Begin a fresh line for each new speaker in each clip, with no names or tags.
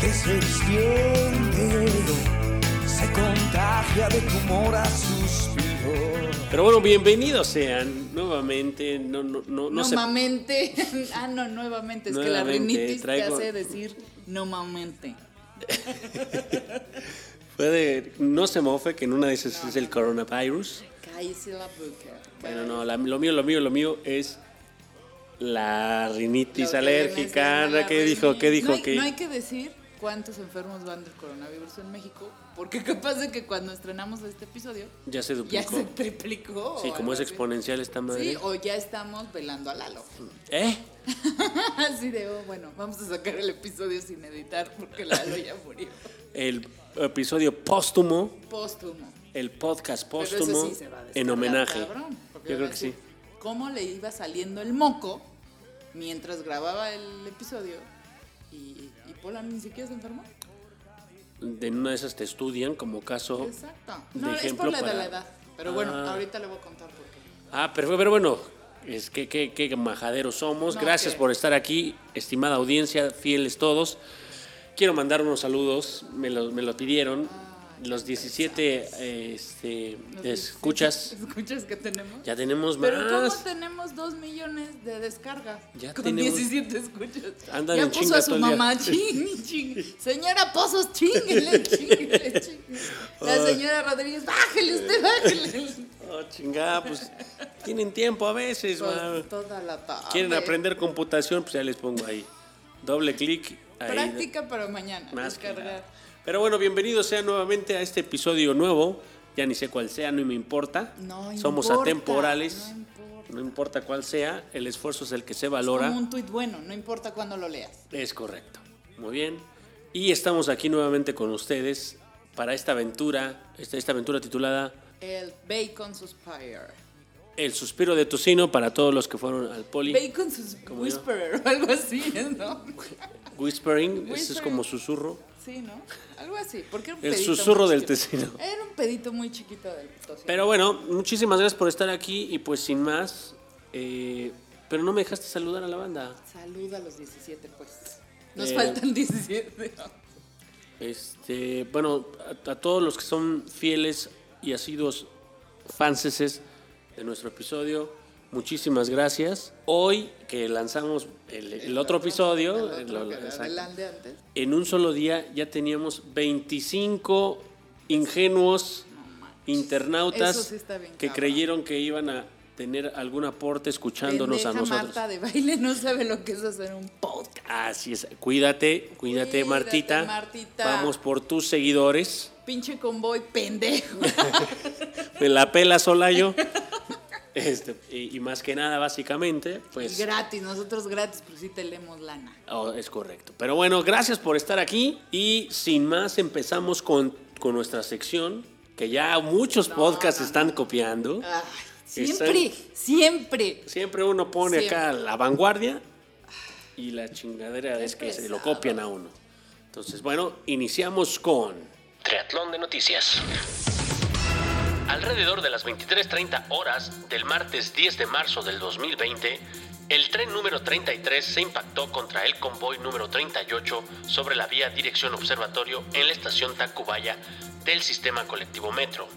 que se extiende se contagia de tu humor a suspiro.
Pero bueno, bienvenidos sean nuevamente. No, no, no, no se-
Nuevamente. ah, no, nuevamente. Es que la
Nuevamente,
rinitis
traigo-
te hace decir nuevamente.
puede- no se mofe que en una de esas es el coronavirus.
Cállese la boca.
Bueno, no, la- lo mío, lo mío, lo mío es la
Lo
rinitis
que
alérgica.
viene siendo la
¿Qué dijo?
riña.
¿Qué dijo?
No hay,
que
no hay que decir cuántos enfermos van del coronavirus en México, porque capaz de que cuando estrenamos este episodio
ya se
ya
duplicó.
se triplicó.
Sí,
o
como
algo
es
así.
exponencial esta madre.
Sí, o ya estamos velando a Lalo.
¿Eh?
Así de, oh, bueno, vamos a sacar el episodio sin editar porque Lalo ya murió.
El episodio póstumo,
Póstumo.
el podcast
Pero ese
póstumo,
sí se va a descargar,
en homenaje.
cabrón,
Yo
porque
creo
ahora
que sí.
¿Cómo le iba saliendo el moco mientras grababa el episodio? Y, y Pola ni siquiera se enfermó.
De una de esas te estudian como caso.
Exacto.
Oh, de
No, es
ejemplo
por la de
para-
la edad. Pero bueno,
Ah.
ahorita le voy a contar por qué.
Ah, pero, pero bueno, es que qué, qué majaderos somos.
No,
Gracias
¿qué?
por estar aquí, estimada audiencia, fieles todos. Quiero mandar unos saludos, me lo, me lo pidieron. Los 17 este,
No sé si-
escuchas,
¿Escuchas que tenemos?
ya tenemos
Pero ¿cómo
más.
tenemos 2 millones de descargas?
Ya
con
tenemos-
17 escuchas.
Andan
ya
en
puso
chinga
a su
todo el día.
mamá, ching, ching. Señora Pozos, chinguele, chinguele, chinguele. La señora Rodríguez, bájele usted, bájele.
Oh, chingada, pues tienen tiempo a veces. ma.
Pues, toda la tarde.
Quieren aprender computación, pues ya les pongo ahí. Doble clic. ahí.
Práctica para mañana.
Más que
descargar.
nada. Pero bueno, bienvenidos sean nuevamente a este episodio nuevo. Ya ni sé cuál sea, no me importa.
No importa,
Somos atemporales.
no importa.
No importa cuál sea, el esfuerzo es el que se
Es
valora.
Como un tuit bueno, no importa cuándo lo leas.
Es correcto. Muy bien. Y estamos aquí nuevamente con ustedes para esta aventura, esta, esta aventura titulada
El Bacon Suspire.
El suspiro de tocino para todos los que fueron al poli.
Bacon Sus
Como yo.
Whisperer o algo así, ¿no?
Whispering, eso es
Whispering.
como susurro.
Sí, ¿no? Algo así. Porque era un
El
pedito
susurro
muy
del
chiquito.
tecino.
Era un pedito muy chiquito del tocino.
Pero bueno, muchísimas gracias por estar aquí y pues sin más, eh, pero no me dejaste saludar a la banda.
Saluda a los 17, pues. Nos
Eh,
faltan 17.
Este, bueno, a, a todos los que son fieles y asiduos fanses de nuestro episodio, muchísimas gracias. Hoy que lanzamos el, el otro episodio,
El
lo-
otro que era
exacto,
del Ande antes.
en un solo día ya teníamos 25 ingenuos internautas
Eso sí está bien
que
cabrón.
creyeron que iban a tener algún aporte escuchándonos
Pendeja
a nosotros.
Marta de baile no sabe lo que es hacer un podcast.
Así es, cuídate, cuídate,
Cuídate,
Martita.
Martita.
Vamos por tus seguidores.
Pinche convoy pendejo.
Me la pela sola yo. Este, y, y más que nada, básicamente, pues...
gratis, nosotros gratis, pues sí te leemos lana.
oh, es correcto. Pero bueno, gracias por estar aquí. Y sin más, empezamos con, con nuestra sección, que ya muchos podcasts están copiando.
Ay, siempre, siempre.
Siempre uno pone acá la vanguardia y la chingadera
Qué
es que se lo
pesado.
copian a uno. Entonces, bueno, iniciamos con...
Triatlón de noticias. Alrededor de las 23:30 horas del martes 10 de marzo del 2020, el tren número 33 se impactó contra el convoy número 38 sobre la vía dirección observatorio en la estación Tacubaya del sistema colectivo Metro.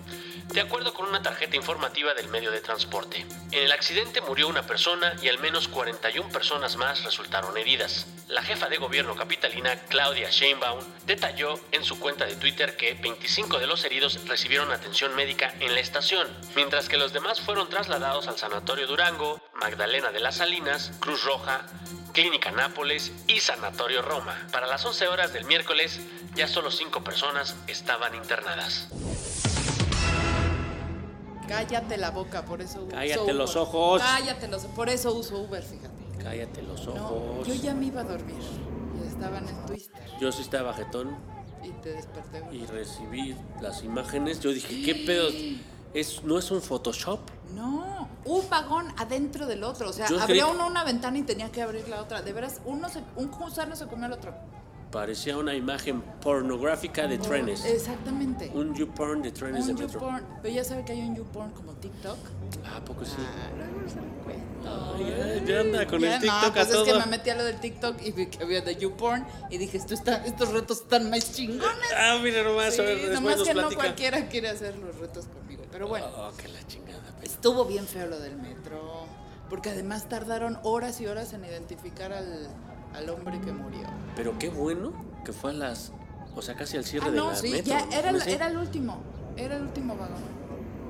De acuerdo con una tarjeta informativa del medio de transporte, en el accidente murió una persona y al menos 41 personas más resultaron heridas. La jefa de gobierno capitalina, Claudia Sheinbaum, detalló en su cuenta de Twitter que 25 de los heridos recibieron atención médica en la estación, mientras que los demás fueron trasladados al Sanatorio Durango, Magdalena de las Salinas, Cruz Roja, Clínica Nápoles y Sanatorio Roma. Para las 11 horas del miércoles, ya solo 5 personas estaban internadas.
Cállate la boca, por eso uso
Cállate
Uber.
los ojos.
Cállate los por eso uso Uber, fíjate.
Cállate los
No,
ojos.
yo ya me iba a dormir. Y estaban en Twister.
Yo sí estaba jetón
Y te desperté.
y recibí las imágenes. Yo dije, ¿qué pedo? ¿Es, ¿No es un Photoshop?
No, un vagón adentro del otro. O sea,
Yo
abría
creí-
uno una ventana y tenía que abrir la otra. De veras, uno se, un gusano se comió al otro.
Parecía una imagen pornográfica de trenes.
Exactamente.
Un YouPorn de trenes de
Un
metro.
YouPorn. Pero ya sabe que hay un YouPorn como TikTok.
Ah, ¿a poco sí.
Ah, luego se lo cuento.
Ya, ya anda con
Ya
el TikTok
no, pues
a todo.
es que me metí a lo del TikTok y vi que había de YouPorn y dije, Esto está, estos retos están más chingones.
Ah, mira nomás, a ver,
Sí,
después
nomás
nos
que no
platica.
cualquiera quiere hacer los retos conmigo. Pero bueno,
Oh, que la chingada. pues.
estuvo bien feo lo del metro. Porque además tardaron horas y horas en identificar al, al hombre que murió.
Pero qué bueno que fue a las. O sea, casi al cierre
Ah,
de
no,
la
sí,
metro.
ya era,
¿no?
el-
Sí.
era el último. Era el último vagón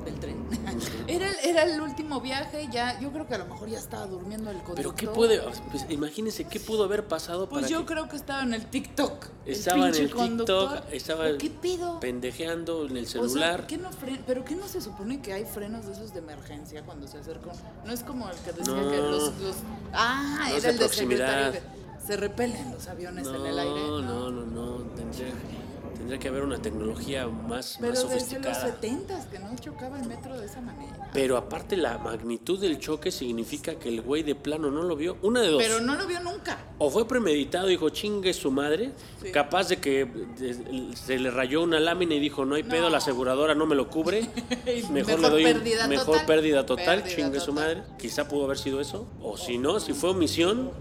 del tren. era, el- era el último viaje, ya. Yo creo que a lo mejor ya estaba durmiendo el conductor.
Pero qué puede. Pues imagínense qué pudo haber pasado
Pues
para
yo
que
creo que estaba en el TikTok.
Estaba en
pinche
el TikTok,
conductor.
estaba
¿Pero ¿Qué pedo?
pendejeando en el
O sea,
celular.
¿qué no fre- ¿Pero qué no se supone que hay frenos de esos de emergencia cuando se acerca? un- No es como el que decía
No.
que los, los- Ah,
Los
era
de
el de secretario.
proximidad.
de- Se repelen los aviones en el aire.
no, no, no, no. Tendría, tendría que haber una tecnología más,
Pero
más
desde los
sofisticada.
70 que no chocaba el metro de esa manera.
Pero aparte la magnitud del choque significa que el güey de plano no lo vio. Una de dos.
Pero no lo vio nunca.
O fue premeditado, dijo, chingue su madre.
Sí.
Capaz de que de- se le rayó una lámina y dijo, no hay pedo,
No.
la aseguradora no me lo cubre. mejor,
Mejor
le doy un-
pérdida
mejor
total.
pérdida total,
Pérdida
chingue su
total.
madre. Quizá pudo haber sido eso. O si no, si fue omisión,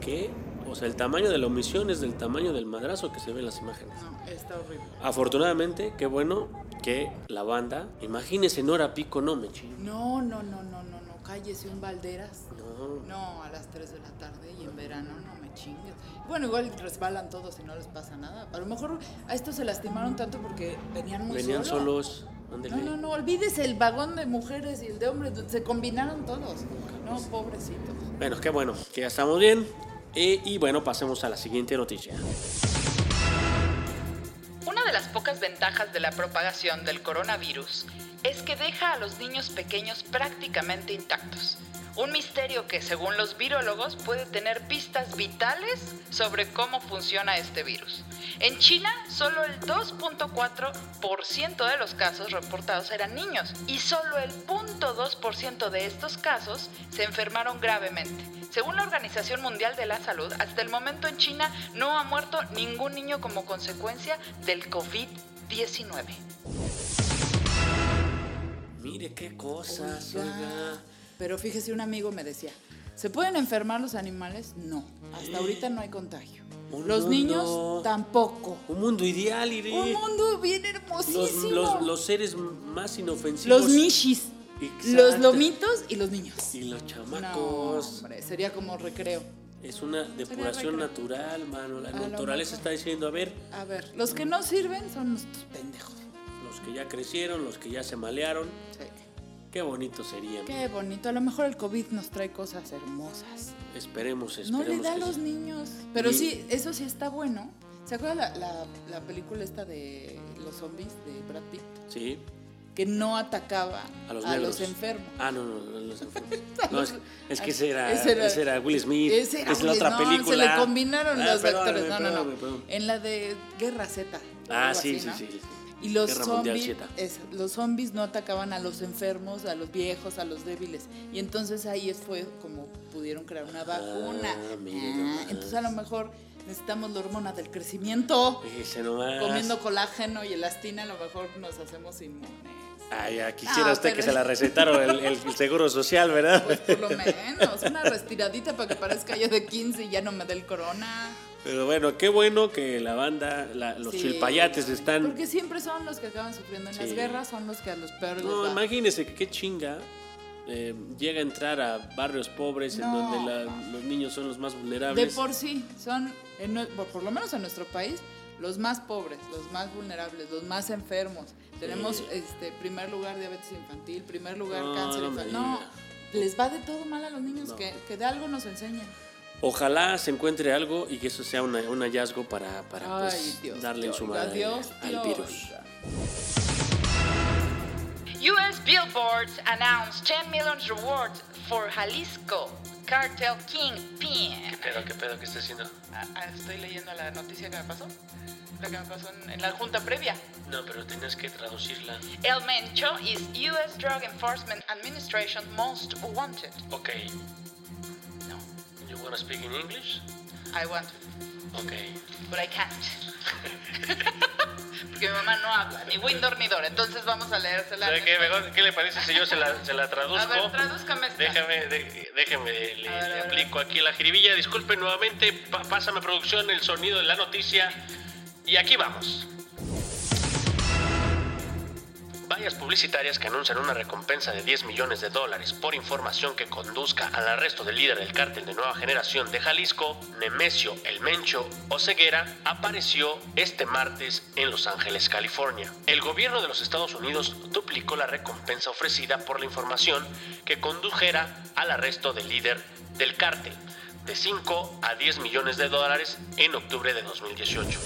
que, o sea, el tamaño de la omisión es del tamaño del madrazo que se ve en las imágenes.
No, está horrible.
Afortunadamente, qué bueno que la banda, imagínese en hora pico, no me chingue.
No, no, no, no, no, no. Cállese un Valderas.
No.
No, a las 3 de la tarde y en verano no me chingues. Bueno, igual resbalan todos y no les pasa nada. A lo mejor a estos se lastimaron tanto porque venían muy
Venían
solos.
solos. ándele.
No, no, no, olvídese el vagón de mujeres y el de hombres, se combinaron todos. No, pobrecitos.
Bueno, qué bueno, que ya estamos bien. Eh, y bueno, pasemos a la siguiente noticia.
Una de las pocas ventajas de la propagación del coronavirus es que deja a los niños pequeños prácticamente intactos. Un misterio que, según los virólogos, puede tener pistas vitales sobre cómo funciona este virus. En China, solo el 2.4% de los casos reportados eran niños y solo el 0.2% de estos casos se enfermaron gravemente. Según la Organización Mundial de la Salud, hasta el momento en China no ha muerto ningún niño como consecuencia del COVID-19.
Mire qué cosas,
Oiga,
oiga.
Pero fíjese, un amigo me decía, ¿se pueden enfermar los animales? No, hasta ahorita no hay contagio.
Un
Los
mundo.
niños tampoco.
Un mundo ideal,
Un
Iri.
mundo bien
Los,
hermosísimo.
los, los seres más inofensivos.
Los nichis,
Exacto.
los lomitos y los niños.
Y los
No,
chamacos.
hombre, sería como recreo.
es una depuración natural, mano. La
A lo
naturaleza
mejor.
está diciendo, a ver,
A ver, los que no sirven son estos pendejos.
los que ya crecieron, los que ya se malearon.
Sí.
Qué bonito sería.
Qué bonito, a lo mejor el COVID nos trae cosas hermosas.
Esperemos, esperemos.
No le da a
que
los
sí.
niños. Pero
Y-
sí, eso sí está bueno. ¿Se acuerda la, la- la película esta de los zombies de Brad Pitt?
Sí,
Que no atacaba
a los negros.
enfermos.
Ah, no, no, no, a los enfermos. No, es, es que ese era,
Ese era-
ese era Will Smith.
Ese era
es la
Will-
otra
no,
película.
Se le combinaron
Ah,
los
perdóname,
actores. No, no, no.
perdóname, perdón.
En la de Guerra Z.
Ah,
algo
sí,
así,
sí,
¿no?
sí, sí.
Y los
Guerra Mundial
zombies,
Z.
es- los zombies no atacaban a los enfermos, a los viejos, a los débiles. Y entonces ahí es- fue como pudieron crear una vacuna.
mire
Ah,
Ah, nomás.
entonces a lo mejor necesitamos la hormona del crecimiento.
Ese nomás.
Comiendo colágeno y elastina a lo mejor nos hacemos inmunes.
Ay, ya quisiera
Ah,
usted que
pero-
se la recetaron el, el seguro social, ¿verdad?
Pues por lo menos, una respiradita para que parezca yo de 15 y ya no me dé el corona.
Pero bueno, qué bueno que la banda, la- los
Sí,
chilpayates están.
Porque siempre son los que acaban sufriendo en
Sí.
las guerras, son los que a los peores
No,
les va.
imagínese que qué chinga eh, llega a entrar a barrios pobres en
No.
donde la- los niños son los más
De
vulnerables.
por sí, son, en nue- por, por lo menos en nuestro país, los más pobres, los más vulnerables, los más enfermos. Tenemos este primer lugar diabetes infantil, primer lugar
No,
cáncer
no me
infantil.
diga.
No, les va de todo mal a los niños,
No.
que, que de algo nos enseñen.
Ojalá se encuentre algo y que eso sea una- un hallazgo para, para
Ay,
pues,
Dios,
darle en
te
su
oiga,
madre
Dios,
al
te
virus.
oiga.
US Billboards announced 10 million rewards for Jalisco Cartel Kingpin.
Pero qué pedo que está haciendo.
Ah, ah, estoy leyendo la noticia que me pasó. Lo que me pasó en, en la junta previa.
No, pero tenías que traducirla.
El Mencho is US Drug Enforcement Administration Most Wanted.
Ok,
No,
you wanna speak in English?
I want.
Ok.
but I can't. Porque mi mamá no habla, ni Windor ni Dor. Entonces vamos a leérsela.
¿Sabe qué? Mejor, ¿Qué le parece si yo se la, se la traduzco?
A ver, tradúzcame esta.
Déjame, de- déjeme, le,
A ver,
le
a ver.
aplico aquí la jiribilla. Disculpen nuevamente, pa- pásame producción, el sonido de la noticia. Y aquí vamos. Vallas publicitarias que anuncian una recompensa de 10 millones de dólares por información que conduzca al arresto del líder del cártel de nueva generación de Jalisco, Nemesio El Mencho o Ceguera, apareció este martes en Los Ángeles, California. El gobierno de los Estados Unidos duplicó la recompensa ofrecida por la información que condujera al arresto del líder del cártel, de 5 a 10 millones de dólares en octubre de 2018.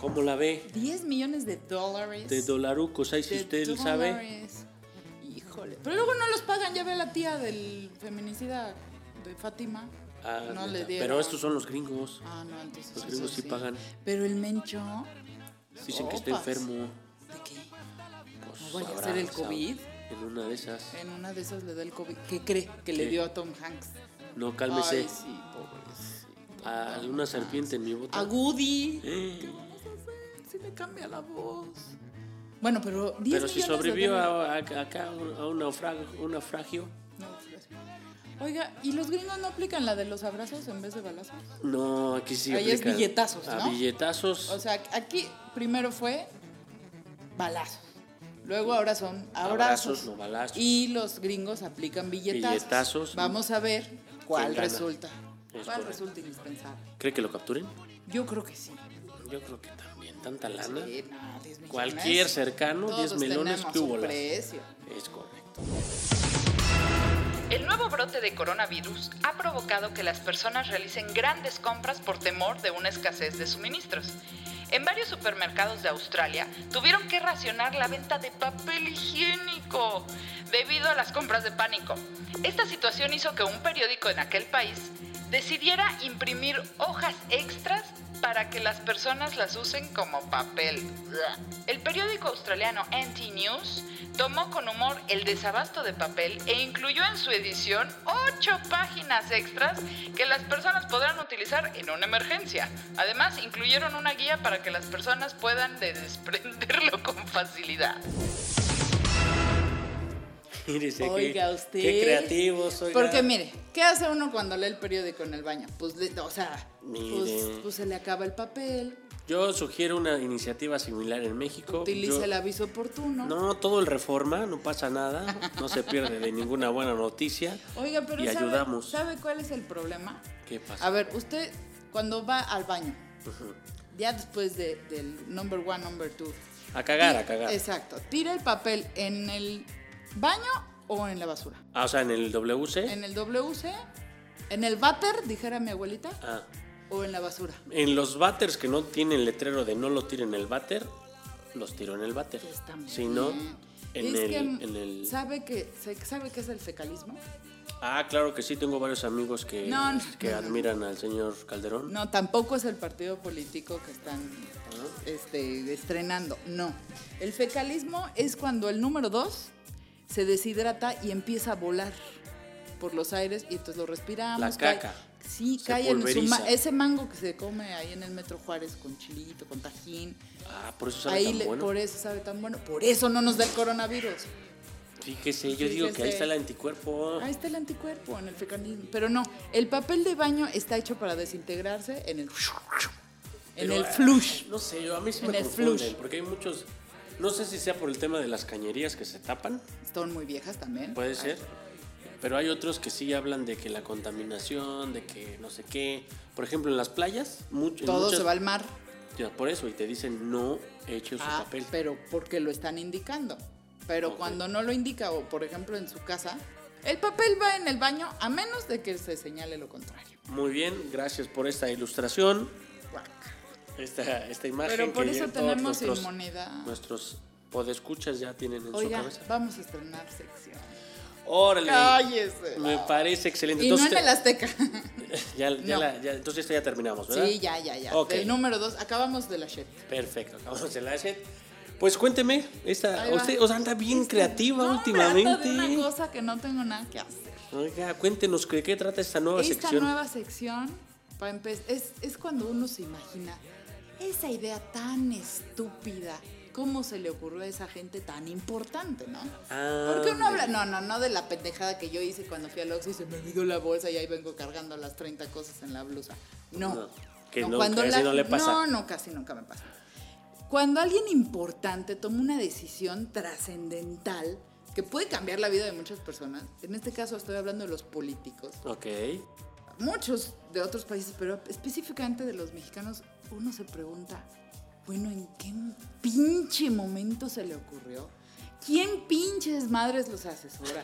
¿Cómo la ve?
10 millones de dólares.
De dolarucos, ahí si
De
usted sabe.
dólares. Híjole. Pero luego no los pagan, ya ve la tía del feminicida de Fátima.
Ah,
no
neta.
le dieron.
pero estos son los gringos.
Ah, no, entonces.
Los
eso
gringos sí pagan.
Pero el mencho.
Dicen que está
Opas.
enfermo.
¿De qué?
Pues,
¿No vaya a
habrá,
ser el
sabe.
COVID?
En una de esas.
En una de esas le da el COVID. ¿Qué cree que le
¿Qué?
dio a Tom Hanks?
No, cálmese.
Ay, sí, pobrecito.
Ah, una serpiente en mi
A
bota.
Woody.
Eh,
Sí le cambia la voz. Bueno, pero 10
Pero si
millones de
sobrevivió
dólares.
a, a- acá a un, a un naufragio, un naufragio,
No, pues. Oiga, ¿y los gringos no aplican la de los abrazos en vez de balazos?
no, aquí sí.
Ahí es
aplica
billetazos,
A
¿no?
billetazos.
O sea, aquí primero fue balazos. Luego ahora son abrazos.
Abrazos, no balazos.
Y los gringos aplican billetazos.
Billetazos.
Vamos a ver cuál
gana?
resulta.
Es
¿Cuál
correcto.
resulta indispensable?
¿Cree que lo capturen?
Yo creo que sí.
Yo creo que también. Tanta lana.
Sí, no, 10 millones.
Cualquier cercano, 10
Todos
melones,
tenemos
¿qué
un
hubo las?
precio.
Es correcto.
El nuevo brote de coronavirus ha provocado que las personas realicen grandes compras por temor de una escasez de suministros. En varios supermercados de Australia tuvieron que racionar la venta de papel higiénico debido a las compras de pánico. Esta situación hizo que un periódico en aquel país decidiera imprimir hojas extras para que las personas las usen como papel. El periódico australiano NT News tomó con humor el desabasto de papel e incluyó en su edición ocho páginas extras que las personas podrán utilizar en una emergencia. Además, incluyeron una guía para que las personas puedan de- desprenderlo con facilidad.
Mírese qué-
Oiga usted.
Qué creativos. oiga.
Porque mire, ¿qué hace uno cuando lee el periódico en el baño? Pues, le- o sea, pues,
Mire.
pues se le acaba el papel,
Yo sugiero una iniciativa similar en México.
utiliza
Yo-
el aviso oportuno.
No, todo el reforma, no pasa nada, no se pierde de ninguna buena noticia.
Oiga, pero
y
¿sabe,
ayudamos.
¿sabe cuál es el problema?
¿Qué pasa?
A ver, usted cuando va al baño, ya después de- del number one, number two.
A cagar,
tira-
a cagar.
Exacto. ¿Tira el papel en el baño o en la basura?
Ah, o sea, en el WC.
¿En el WC? ¿En el váter, dijera mi abuelita?
Ah,
¿O en la basura?
en los batters que no tienen letrero de no lo tiren en el batter, los tiro en el batter.
Está muy
Si no,
bien.
en
Es
el,
que,
en el-
¿Sabe que, se- sabe qué es el fecalismo?
Ah, claro que sí, tengo varios amigos que,
No, no,
que
no, no.
admiran al señor Calderón.
No, tampoco es el partido político que están este, estrenando. No. El fecalismo es cuando el número dos se deshidrata y empieza a volar por los aires y entonces lo respiramos.
La
cae-
caca.
sí,
Se
cae en su ma-
pulveriza.
ese mango que se come ahí en el Metro Juárez con chilito, con tajín.
Ah, por eso sabe
Ahí
tan
le-
bueno.
por e- eso sabe tan bueno. Por eso no nos da el coronavirus.
Fíjese, yo digo que
Fíjese.
ahí está el anticuerpo.
Ahí está el anticuerpo en el fecalismo. Pero no, el papel de baño está hecho para desintegrarse en el. En
Pero,
el
ah,
flush.
No sé, yo- a mí sí
En
me
el
confunden,
flush.
porque hay muchos... No sé si sea por el tema de las cañerías que se tapan,
Son muy viejas también.
Puede ser. Pero hay otros que sí hablan de que la contaminación, de que no sé qué. Por ejemplo, en las playas, mucho, en
Todo
muchas-
se va al mar.
Ya, por eso, y te dicen no eche su
Ah,
papel.
pero porque lo están indicando. Pero
Ok.
cuando no lo indica, o por ejemplo en su casa, el papel va en el baño a menos de que se señale lo contrario.
Muy bien, gracias por esta ilustración,
Guaca.
esta, esta imagen.
Pero por
que
eso
ya Ah, todos
tenemos
nuestros,
inmunidad.
Nuestros podescuchas ya tienen en
Oiga,
su cabeza.
vamos a estrenar sección.
¡Órale!
Cállese.
Me parece excelente.
Y no
entonces,
en el Azteca.
ya, ya
No.
la- ya- entonces esto ya terminamos, ¿verdad?
sí, ya, ya, ya.
Ok.
Del número dos, acabamos de la shit.
Perfecto, acabamos el asset. Pues cuénteme, esta,
Ahí va.
usted o sea, anda bien creativa
Este, No, hombre, ando
últimamente.
de una cosa que no tengo nada que hacer.
Oiga, cuéntenos de qué trata esta nueva
Esta
sección.
nueva sección Para empe- es, es cuando uno se imagina esa idea tan estúpida. ¿Cómo se le ocurrió a esa gente tan importante, no?
Ah,
Porque uno habla, no, no, no de la pendejada que yo hice cuando fui al Oxxo y se me olvidó la bolsa y ahí vengo cargando las 30 cosas en la blusa. No.
No, que no, casi no le pasa.
No, no, casi nunca me pasa. Cuando alguien importante toma una decisión trascendental que puede cambiar la vida de muchas personas, en este caso estoy hablando de los políticos,
Ok.
muchos de otros países, pero específicamente de los mexicanos, uno se pregunta, bueno, ¿en qué pinche momento se le ocurrió? ¿Quién pinches madres los asesora?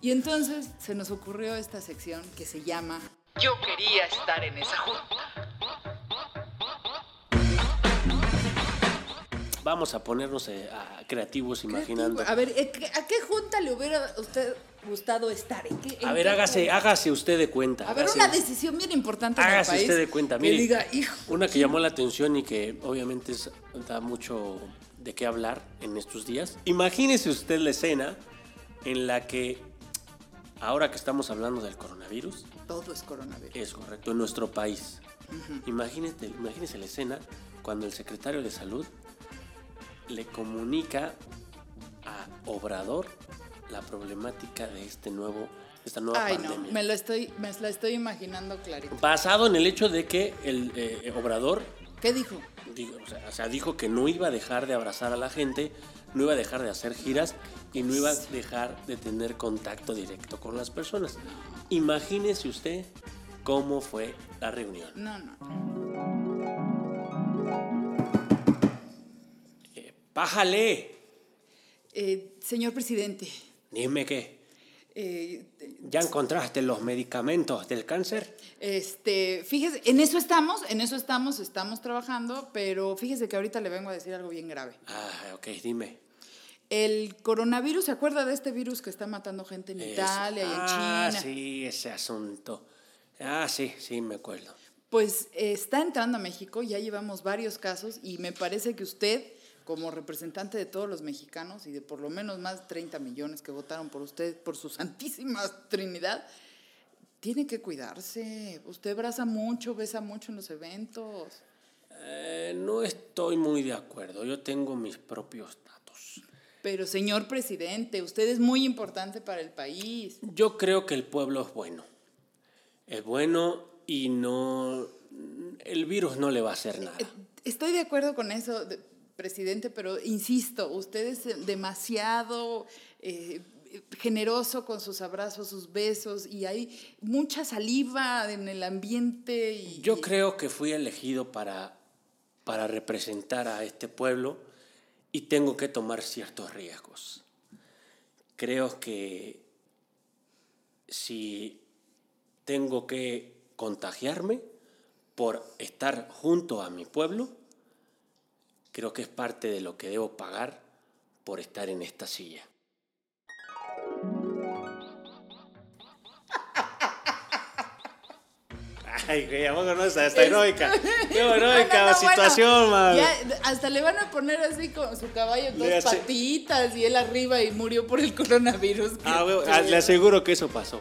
Y entonces se nos ocurrió esta sección que se llama
Yo quería estar en esa junta.
Vamos a ponernos eh, a creativos imaginando.
A ver, ¿eh, qué- ¿a qué junta le hubiera a usted gustado estar? ¿En qué- en
A ver,
qué
hágase,
junta?
hágase usted de cuenta.
A ver,
hágase
una
usted-
decisión bien importante en el
Hágase
país.
usted de cuenta,
Que
mire.
diga, hijo,
Una que llamó la atención y que obviamente es- da mucho de qué hablar en estos días. Imagínese usted la escena en la que, ahora que estamos hablando del coronavirus,
todo es coronavirus.
es correcto, en nuestro país. Imagínate, imagínese la escena cuando el secretario de salud le comunica a Obrador la problemática de este nuevo, esta nueva
Ay, no,
pandemia.
me lo estoy, me la estoy imaginando clarito.
Basado en el hecho de que el eh, Obrador
¿Qué dijo?
digo, o, sea, o sea, dijo que no iba a dejar de abrazar a la gente, no iba a dejar de hacer giras y no iba a dejar de tener contacto directo con las personas. Imagínese usted cómo fue la reunión.
No, no.
Eh, ¡Bájale!
Eh, señor presidente,
Dime que
eh, eh,
ya encontraste los medicamentos del cáncer.
este, fíjese, en eso estamos, en eso estamos, estamos trabajando, pero fíjese que ahorita le vengo a decir algo bien grave.
Ah, ok, dime.
El coronavirus, ¿se acuerda de este virus que está matando gente en
Es-
Italia y en
ah,
China?
sí, ese asunto. Ah, sí, sí, me acuerdo.
Pues eh, está entrando a México, ya llevamos varios casos y me parece que usted, como representante de todos los mexicanos y de por lo menos más de 30 millones que votaron por usted, por su santísima Trinidad, tiene que cuidarse. Usted abraza mucho, besa mucho en los eventos.
Eh, no estoy muy de acuerdo. Yo tengo mis propios datos.
Pero señor presidente, usted es muy importante para el país.
Yo creo que el pueblo es bueno. Es bueno y no. El virus no le va a hacer nada.
Eh, Estoy de acuerdo con eso, de- presidente, pero insisto, usted es demasiado eh, generoso con sus abrazos, sus besos, y hay mucha saliva en el ambiente. Y,
Yo creo que fui elegido para, para representar a este pueblo y tengo que tomar ciertos riesgos. Creo que si tengo que contagiarme por estar junto a mi pueblo, creo que es parte de lo que debo pagar por estar en esta silla. Ay, güey, ¿a poco no está, está heroica. Qué heroica
No, Ah, no, no,
situación,
bueno,
man.
ya, hasta le van a poner así con su caballo
Le
dos
hace-
patitas y él arriba y murió por el coronavirus.
Ah, güey, ah, le aseguro que eso pasó.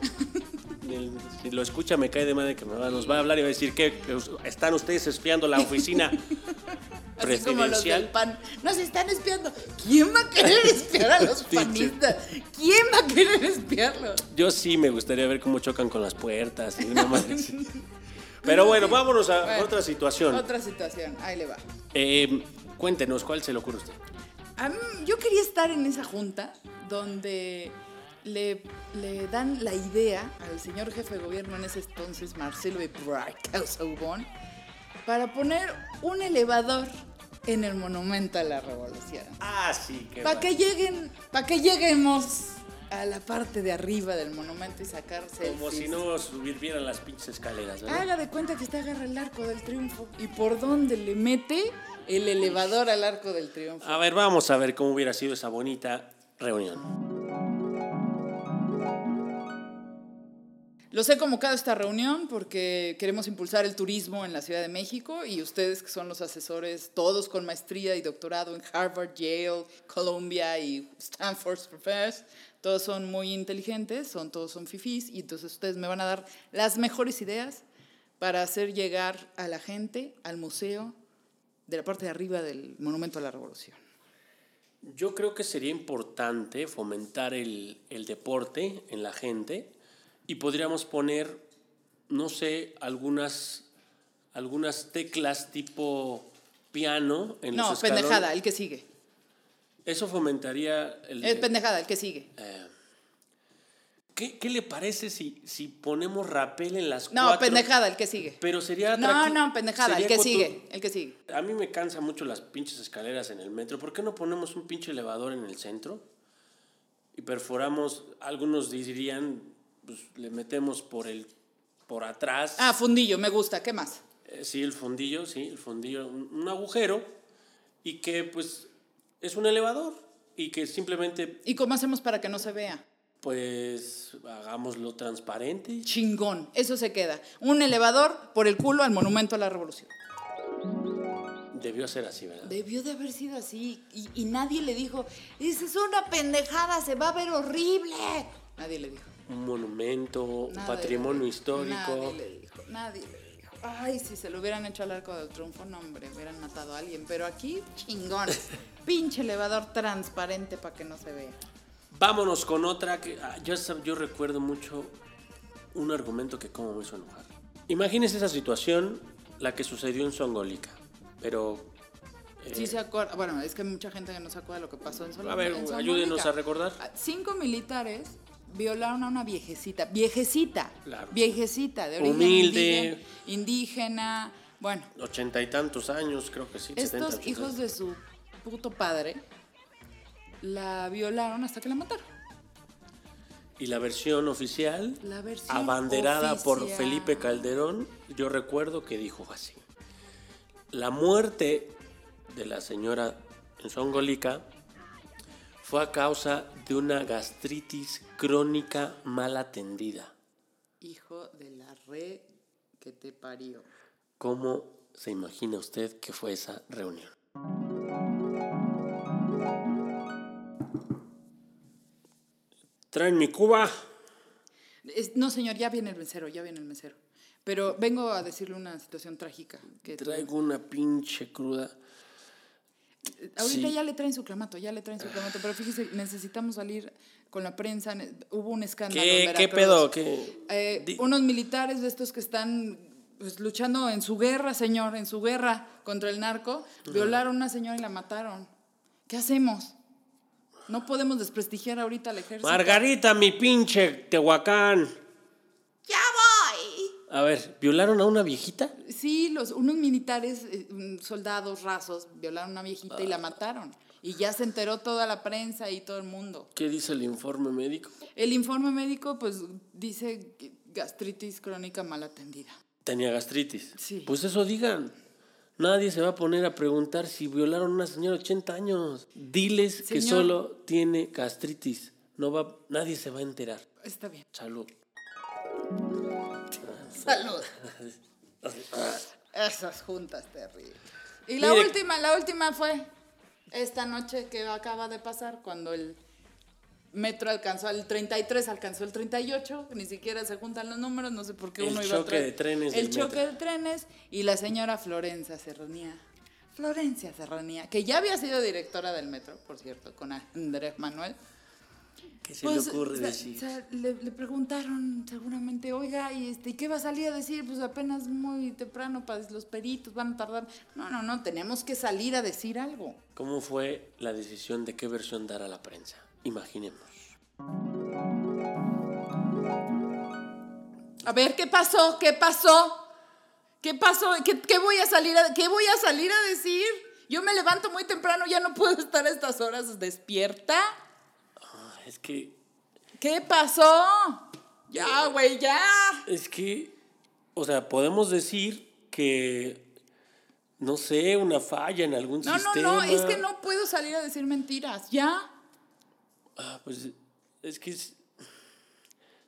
El- si lo escucha, me cae de madre que me va- nos va a hablar y va a decir que que us- están ustedes espiando la oficina
Así como los del
presidencial.
PAN. Nos están espiando. ¿Quién va a querer espiar a los panistas? ¿Quién va a querer espiarlos?
Yo sí me gustaría ver cómo chocan con las puertas. y una madre así. Pero bueno, vámonos a
Bueno,
otra situación.
Otra situación, ahí le va.
Eh, cuéntenos, ¿cuál se le ocurre a usted?
A mí- yo quería estar en esa junta donde le, le dan la idea al señor jefe de gobierno en ese entonces, Marcelo Ebrard Casaubon, para poner un elevador en el monumento a la revolución.
Ah, sí, que.
Para que lleguen, para que lleguemos a la parte de arriba del monumento y sacarse
Como si no subieran las pinches escaleras, ¿verdad?
Haga de cuenta que usted agarra el arco del triunfo. ¿Y por dónde le mete el elevador al arco del triunfo?
A ver, vamos a ver cómo hubiera sido esa bonita reunión.
Los he convocado a esta reunión porque queremos impulsar el turismo en la Ciudad de México y ustedes que son los asesores, todos con maestría y doctorado en Harvard, Yale, Columbia y Stanford, todos son muy inteligentes, son, todos son fifís y entonces ustedes me van a dar las mejores ideas para hacer llegar a la gente al museo de la parte de arriba del Monumento a la Revolución.
Yo creo que sería importante fomentar el, el deporte en la gente y podríamos poner, no sé, algunas, algunas teclas tipo piano en
No,
los escalones.
pendejada, el que sigue.
Eso fomentaría el...
Es pendejada, el que sigue.
Eh, ¿qué, qué le parece si, si ponemos rapel en las
No,
cuatro?
pendejada, el que sigue.
Pero sería
No,
atracti-
no, pendejada, el
sería
que
cotu-
sigue, el que sigue.
A mí me cansa mucho las pinches escaleras en el metro. ¿Por qué no ponemos un pinche elevador en el centro? Y perforamos, algunos dirían, pues le metemos por el por atrás.
Ah, fundillo, me gusta, ¿qué más?
Eh, sí, el fundillo, sí, el fundillo, un, un agujero y que pues es un elevador y que simplemente
¿Y cómo hacemos para que no se vea?
pues hagámoslo transparente.
Chingón, eso se queda. Un elevador por el culo al Monumento a la Revolución.
Debió ser así, ¿verdad?
Debió de haber sido así y, y nadie le dijo, esa es una pendejada, se va a ver horrible.
Nadie le dijo.
Un monumento, un
Nadie
patrimonio
le-
histórico.
Nadie le dijo, nadie le dijo. Ay, si se lo hubieran hecho al arco del triunfo, no, hombre, hubieran matado a alguien. Pero aquí, chingón. Pinche elevador transparente para que no se vea.
Vámonos con otra que ah, yo, sab- yo recuerdo mucho un argumento que como me hizo enojar. Imagínense esa situación, la que sucedió en Songolica, pero... eh,
Sí se acuerda. Bueno, es que hay mucha gente que no se acuerda de lo que pasó en Sol.
A ver, ayúdenos a recordar.
Cinco militares violaron a una viejecita. Viejecita.
Claro.
Viejecita, de origen
Humilde.
indígena- indígena. Bueno,
Ochenta y tantos años, creo que sí.
Estos
70,
hijos de su puto padre la violaron hasta que la mataron.
Y la versión oficial,
La versión
abanderada por
oficial.
Felipe Calderón, yo recuerdo que dijo así. La muerte de la señora en Songolica fue a causa de una gastritis crónica mal atendida.
Hijo de la re que te parió.
¿Cómo se imagina usted que fue esa reunión? Traen mi Cuba.
Es- no, señor, ya viene el mesero, ya viene el mesero. Pero vengo a decirle una situación trágica. Que tuve.
Traigo una pinche cruda.
Ahorita
sí.
ya le traen su clamato, ya le traen su clamato. Pero fíjese, necesitamos salir con la prensa. ne- Hubo un escándalo. en
¿Qué, qué
Veracruz.
pedo? ¿Qué?
Eh,
Di-
unos militares de estos que están pues, luchando en su guerra, señor, en su guerra contra el narco, violaron a una señora y la mataron. ¿Qué hacemos? No podemos desprestigiar ahorita al ejército.
Margarita, mi pinche Tehuacán.
¡Ya voy!
A ver, ¿violaron a una viejita?
Sí, los, unos militares, eh, mm, soldados rasos, violaron a una viejita y
Ah.
la mataron. Y ya se enteró toda la prensa y todo el mundo.
¿Qué dice el informe médico?
El informe médico, pues, dice que gastritis crónica mal atendida.
Tenía gastritis.
Sí.
Pues eso digan. Nadie se va a poner a preguntar si violaron a una señora de 80 años. Diles que
Señor.
solo tiene gastritis. No va, nadie se va a enterar.
Está bien.
Salud.
Salud. Esas juntas terribles. Y la
Mire-
última, la última fue esta noche que acaba de pasar, cuando el metro alcanzó el 33, alcanzó el 38, ni siquiera se juntan los números, no sé por qué
El
uno iba a
choque
traer-
de trenes
El
del
choque
metro.
de trenes y la señora Florencia se reunía. Florencia se reunía, que ya había sido directora del metro, por cierto, con Andrés Manuel.
¿Qué se
Pues,
le ocurre
o sea,
decir?
o sea, le, le preguntaron seguramente, oiga, ¿y este, qué va a salir a decir? Pues apenas muy temprano, para los peritos van a tardar. No, no, no, tenemos que salir a decir algo.
¿Cómo fue la decisión de qué versión dar a la prensa? Imaginemos.
A ver, ¿qué pasó? ¿Qué pasó? ¿Qué pasó? ¿Qué, qué voy, a salir a, ¿Qué voy a salir a decir? Yo me levanto muy temprano, ya no puedo estar a estas horas despierta.
Ah, Es que,
¿Qué pasó? Ya, güey, ya.
es que, o sea, podemos decir que, no sé, una falla en algún
No, no,
sistema.
no, es que no puedo salir a decir mentiras, ya.
Ah, pues es que es-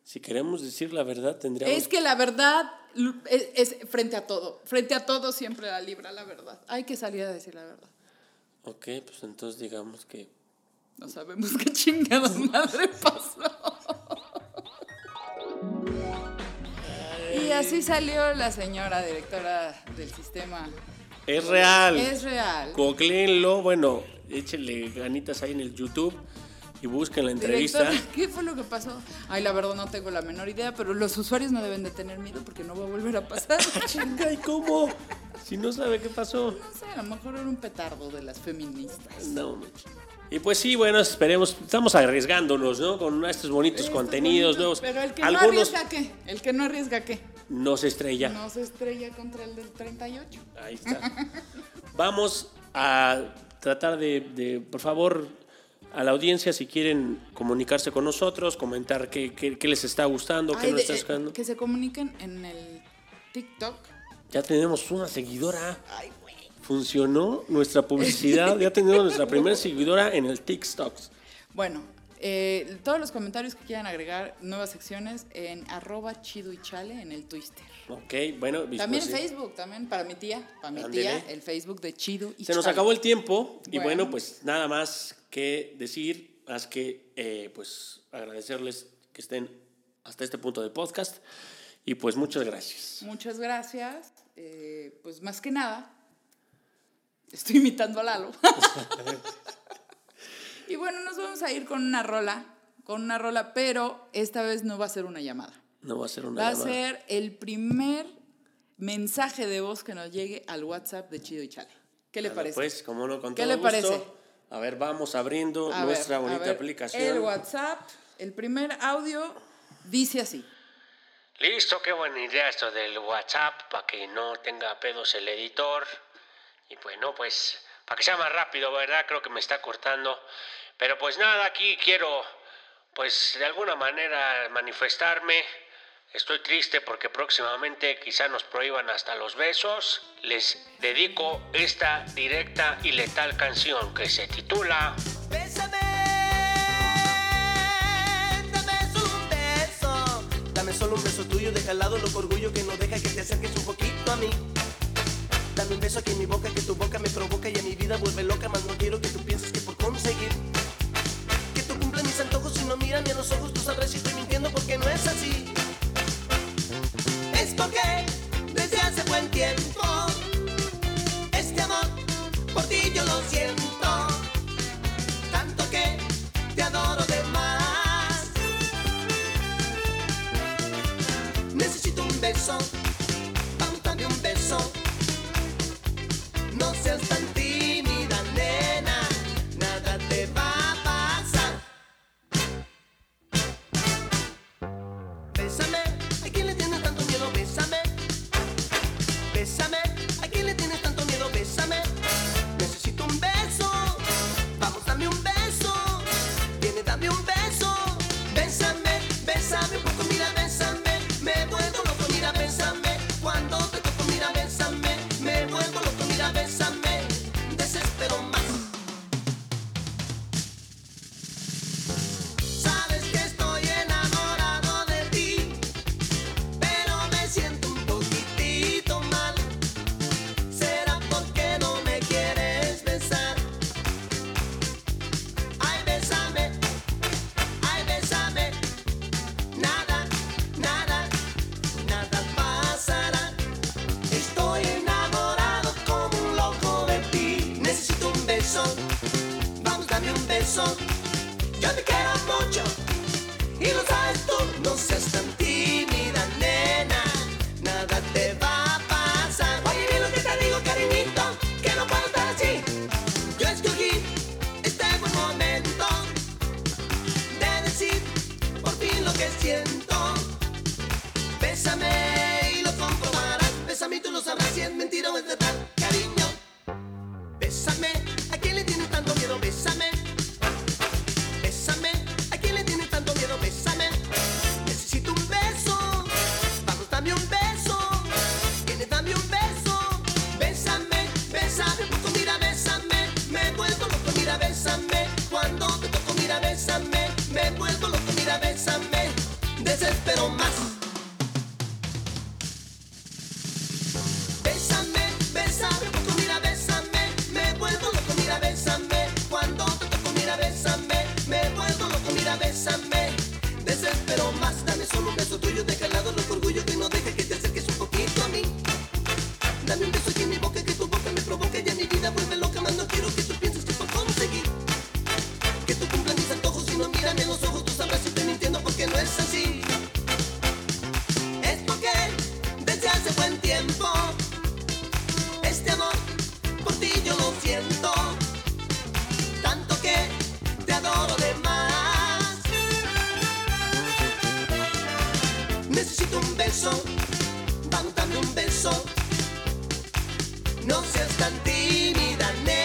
si queremos decir la verdad tendríamos...
Es que la verdad l- es, es frente a todo. Frente a todo siempre la libra la verdad. Hay que salir a decir la verdad.
Ok, pues entonces digamos que...
No sabemos qué chingadas madre pasó. Y así salió la señora directora del sistema.
Es real.
Es real.
Googleenlo, bueno, échenle ganitas ahí en el YouTube y busquen la entrevista.
Directora, ¿qué fue lo que pasó? Ay, la verdad no tengo la menor idea, pero los usuarios no deben de tener miedo porque no va a volver a pasar.
Chinga, ¿y cómo? Si no sabe qué pasó.
No sé, a lo mejor era un petardo de las feministas.
No, manches. y pues sí, bueno, esperemos, estamos arriesgándonos, ¿no? Con estos bonitos
Está
contenidos
bonito,
nuevos.
Pero el que no
Algunos
arriesga, ¿qué? El que no arriesga, ¿qué?
no se estrella.
No se estrella contra el del 38.
Ahí está. Vamos a tratar de, de, por favor, a la audiencia, si quieren comunicarse con nosotros, comentar qué, qué- qué les está gustando, qué
Ay,
no
de-
les está
eh,
gustando.
que se comuniquen en el TikTok.
Ya tenemos una seguidora. Funcionó nuestra publicidad. ya tenemos nuestra primera seguidora en el TikTok.
Bueno, eh, todos los comentarios que quieran agregar, nuevas secciones en arroba chido y chale en el Twitter.
Ok, bueno. pues,
También
sí.
en Facebook, también para mi tía, para mi
Ándele.
tía, el Facebook de Chido y
Se nos
Chale.
acabó el tiempo y
Bueno.
bueno, pues nada más que decir, más que eh, pues agradecerles que estén hasta este punto del podcast y pues muchas gracias.
Muchas gracias. Eh, pues más que nada, estoy imitando a Lalo. y bueno, nos vamos a ir con una rola, con una rola, pero esta vez no va a ser una llamada.
No va a ser una
Va a
llamada.
ser el primer mensaje de voz que nos llegue al WhatsApp de Chido y Chale. ¿Qué le
Nada,
parece?
Pues, como no, con
¿Qué
todo
le
gusto.
parece?
A ver, vamos abriendo
A ver,
nuestra
a
bonita
ver,
aplicación.
El WhatsApp, el primer audio dice así.
Listo, qué buena idea esto del WhatsApp para que no tenga pedos el editor. Y pues no, pues para que sea más rápido, ¿verdad? Creo que me está cortando. Pero pues nada, aquí quiero, pues de alguna manera manifestarme. Estoy triste porque próximamente quizá nos prohíban hasta los besos. Les dedico esta directa y letal canción que se titula
Bésame, dame un beso. Dame solo un beso tuyo, deja al lado los orgullo que no deja que te acerques un poquito a mí. Dame un beso aquí en mi boca, que tu boca me provoca y a mi vida vuelve loca, más no quiero que tú pienses que por conseguir. Que tú cumples mis antojos y no mírame a los ojos, tú sabrás si estoy mintiendo porque no es así. Es porque desde hace buen tiempo, este amor por ti yo lo siento tanto que te adoro de más. Necesito un beso, vamos dame un beso. No seas tan tímida, nena, nada te va a pasar. Bésame, ¿a quién le tienes tanto miedo? Bésame. Bésame, ¿a quién le tienes tanto miedo? Bésame. Necesito un beso. Vamos, dame un beso. Viene, dame un beso. Bésame, bésame un poco, mira, bésame. Me vuelvo loco, mira, bésame. Cuando te toco, mira, bésame. Me vuelvo loco, mira, bésame. Desespero más. Sabes que estoy enamorado de ti, pero me siento un poquitito mal. Será porque no me quieres besar. Ay, besame, ay, besame. Nada, nada, nada pasará. Estoy enamorado como un loco de ti. Necesito un beso. Vamos, dame un beso. Yo te quiero mucho y lo sabes tú. No seas tan tímida, nena. Nada te va a pasar. Oye, bien lo que te digo, cariñito, que no puedo estar así. Yo escogí este buen momento de decir por fin lo que siento. Bésame y lo comprobarás. Bésame y tú lo sabrás si es mentira o es verdad, cariño. Bésame, ¿a quién le tienes tanto miedo? Bésame. Bésame, ¿a quién le tiene tanto miedo? Bésame, necesito un beso. Vamos, dame un beso. Viene, dame un beso. Bésame, bésame, un poco, mira, bésame. Me vuelvo loco, mira, bésame. Cuando te toco, mira, bésame. Me vuelvo loco, mira, bésame. Desespero más. Bésame, bésame, un poco, mira, bésame. Me vuelvo loco, mira, bésame. Cuando te toco, mira, bésame. Me vuelvo loco, mira, bésame. Desespero más, dame solo un beso tuyo. Deja al lado los orgullo que no deja que te acerques. Este beso, vamos dame un beso. No seas tan tímida, nena.